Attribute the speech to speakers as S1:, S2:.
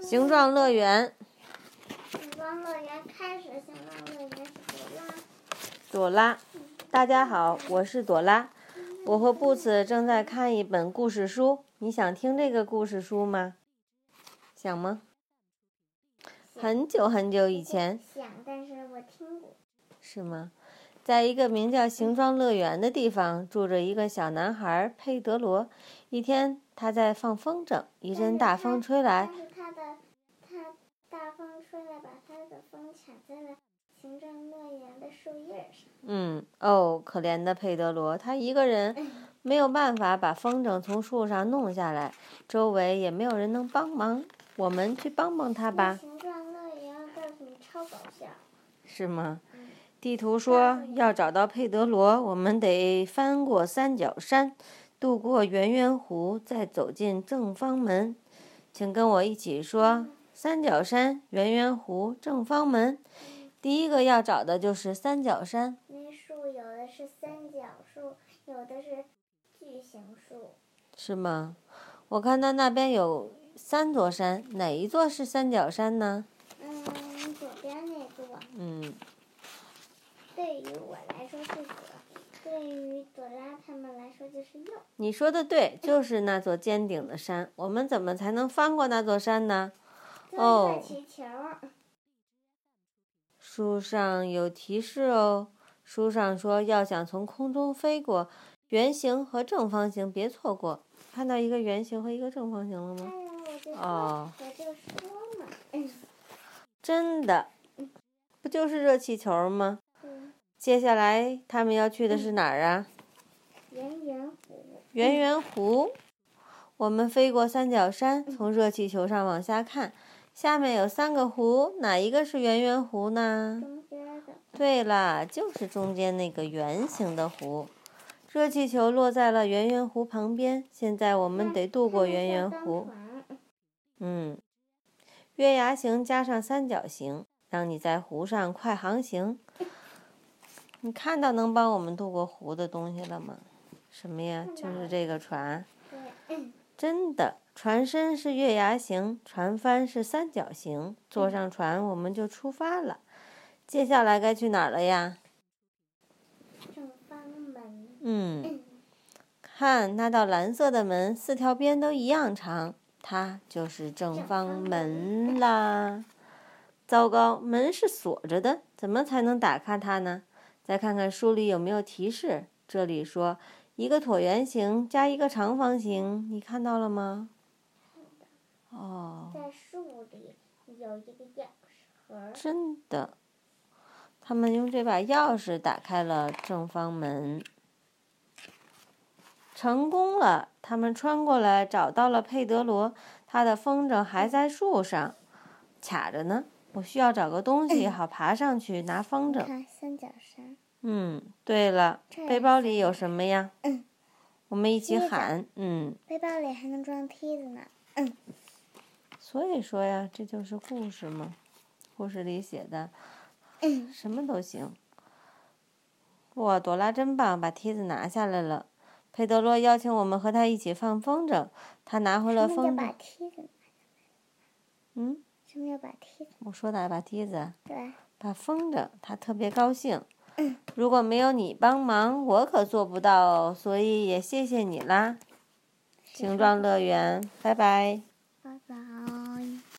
S1: 形状乐园，
S2: 星光乐园开始，星光乐园走啦。
S1: 朵拉。大家好，我是朵拉，我和布茨正在看一本故事书。你想听这个故事书吗？想吗？很久很久以前，
S2: 想，但是我听过。
S1: 是吗？在一个名叫形状乐园的地方，住着一个小男孩佩德罗。一天，他在放风筝，一阵大风吹来，
S2: 但是他的他大风吹来，把他的风抢在了行政乐园的树叶上。
S1: 嗯，哦，可怜的佩德罗，他一个人没有办法把风筝从树上弄下来，周围也没有人能帮忙。我们去帮帮他吧，
S2: 形状乐园，我告诉你，超搞笑。
S1: 是吗
S2: 嗯？
S1: 地图说要找到佩德罗，我们得翻过三角山，渡过圆圆湖，再走进正方门。请跟我一起说：三角山、圆圆湖、正方门。第一个要找的就是三角山。
S2: 那树有的是三角树，有的是巨型树。
S1: 是吗？我看到那边有三座山，哪一座是三角山呢？
S2: 嗯，左边那座
S1: 嗯，
S2: 对于我来说是左，对于朵拉他们来说就是右。
S1: 你说的对，就是那座尖顶的山。我们怎么才能翻过那座山呢？哦
S2: 钻个气球儿，
S1: 书上有提示哦。书上说，要想从空中飞过，圆形和正方形别错过。看到一个圆形和一个正方形了
S2: 哎呀，
S1: 吗？
S2: 我就说，
S1: 哦
S2: 我就说嘛，嗯
S1: 真的，不就是热气球吗？
S2: 嗯，
S1: 接下来他们要去的是哪儿啊？
S2: 圆圆弧，
S1: 圆圆湖，我们飞过三角山，从热气球上往下看，下面有三个湖，哪一个是圆圆湖呢？
S2: 中间的，
S1: 对啦，就是中间那个圆形的湖。热气球落在了圆圆湖旁边，现在我
S2: 我
S1: 们得渡过圆圆湖。嗯，月牙形加上三角形，让你在湖上快航行。你看到能帮我们渡过湖的东西了吗？什么呀？就是这个船。
S2: 对， 嗯
S1: 真的，船身是月牙形，船帆是三角形。坐上船，我们就出发了。接下来该去哪儿了呀？
S2: 正方门，
S1: 嗯，
S2: 嗯
S1: 看那道蓝色的门，四条边都一样长，它就是正方门啦。糟糕，门是锁着的，怎么才能打开它呢？再看看书里有没有提示。这里说一个椭圆形加一个长方形，你看到了吗？哦。
S2: 在树里有一个钥匙盒儿，
S1: 真的，他们用这把钥匙打开了正方门，成功了。他们穿过来，找到了佩德罗，他的风筝还在树上，卡着呢。我需要找个东西，好爬上去拿风筝。
S2: 看三角山，
S1: 嗯，对了，
S2: 这
S1: 背包里有什么呀？
S2: 嗯，
S1: 我们一起
S2: 椰子
S1: 喊。嗯，
S2: 背包里还能装梯子呢。
S1: 所以说呀，这就是故事嘛，故事里写的。
S2: 嗯，
S1: 什么都行。哇，朵拉真棒，把梯子拿下来了。佩德罗邀请我们和他一起放风筝，他拿回了
S2: 什么叫
S1: 风筝
S2: 把。梯子？
S1: 嗯，
S2: 什么叫把梯子？
S1: 我说的啊把梯子，
S2: 对，
S1: 把风筝，他特别高兴。如果没有你帮忙，我可做不到哦，所以也谢谢你啦。形状乐园，拜拜。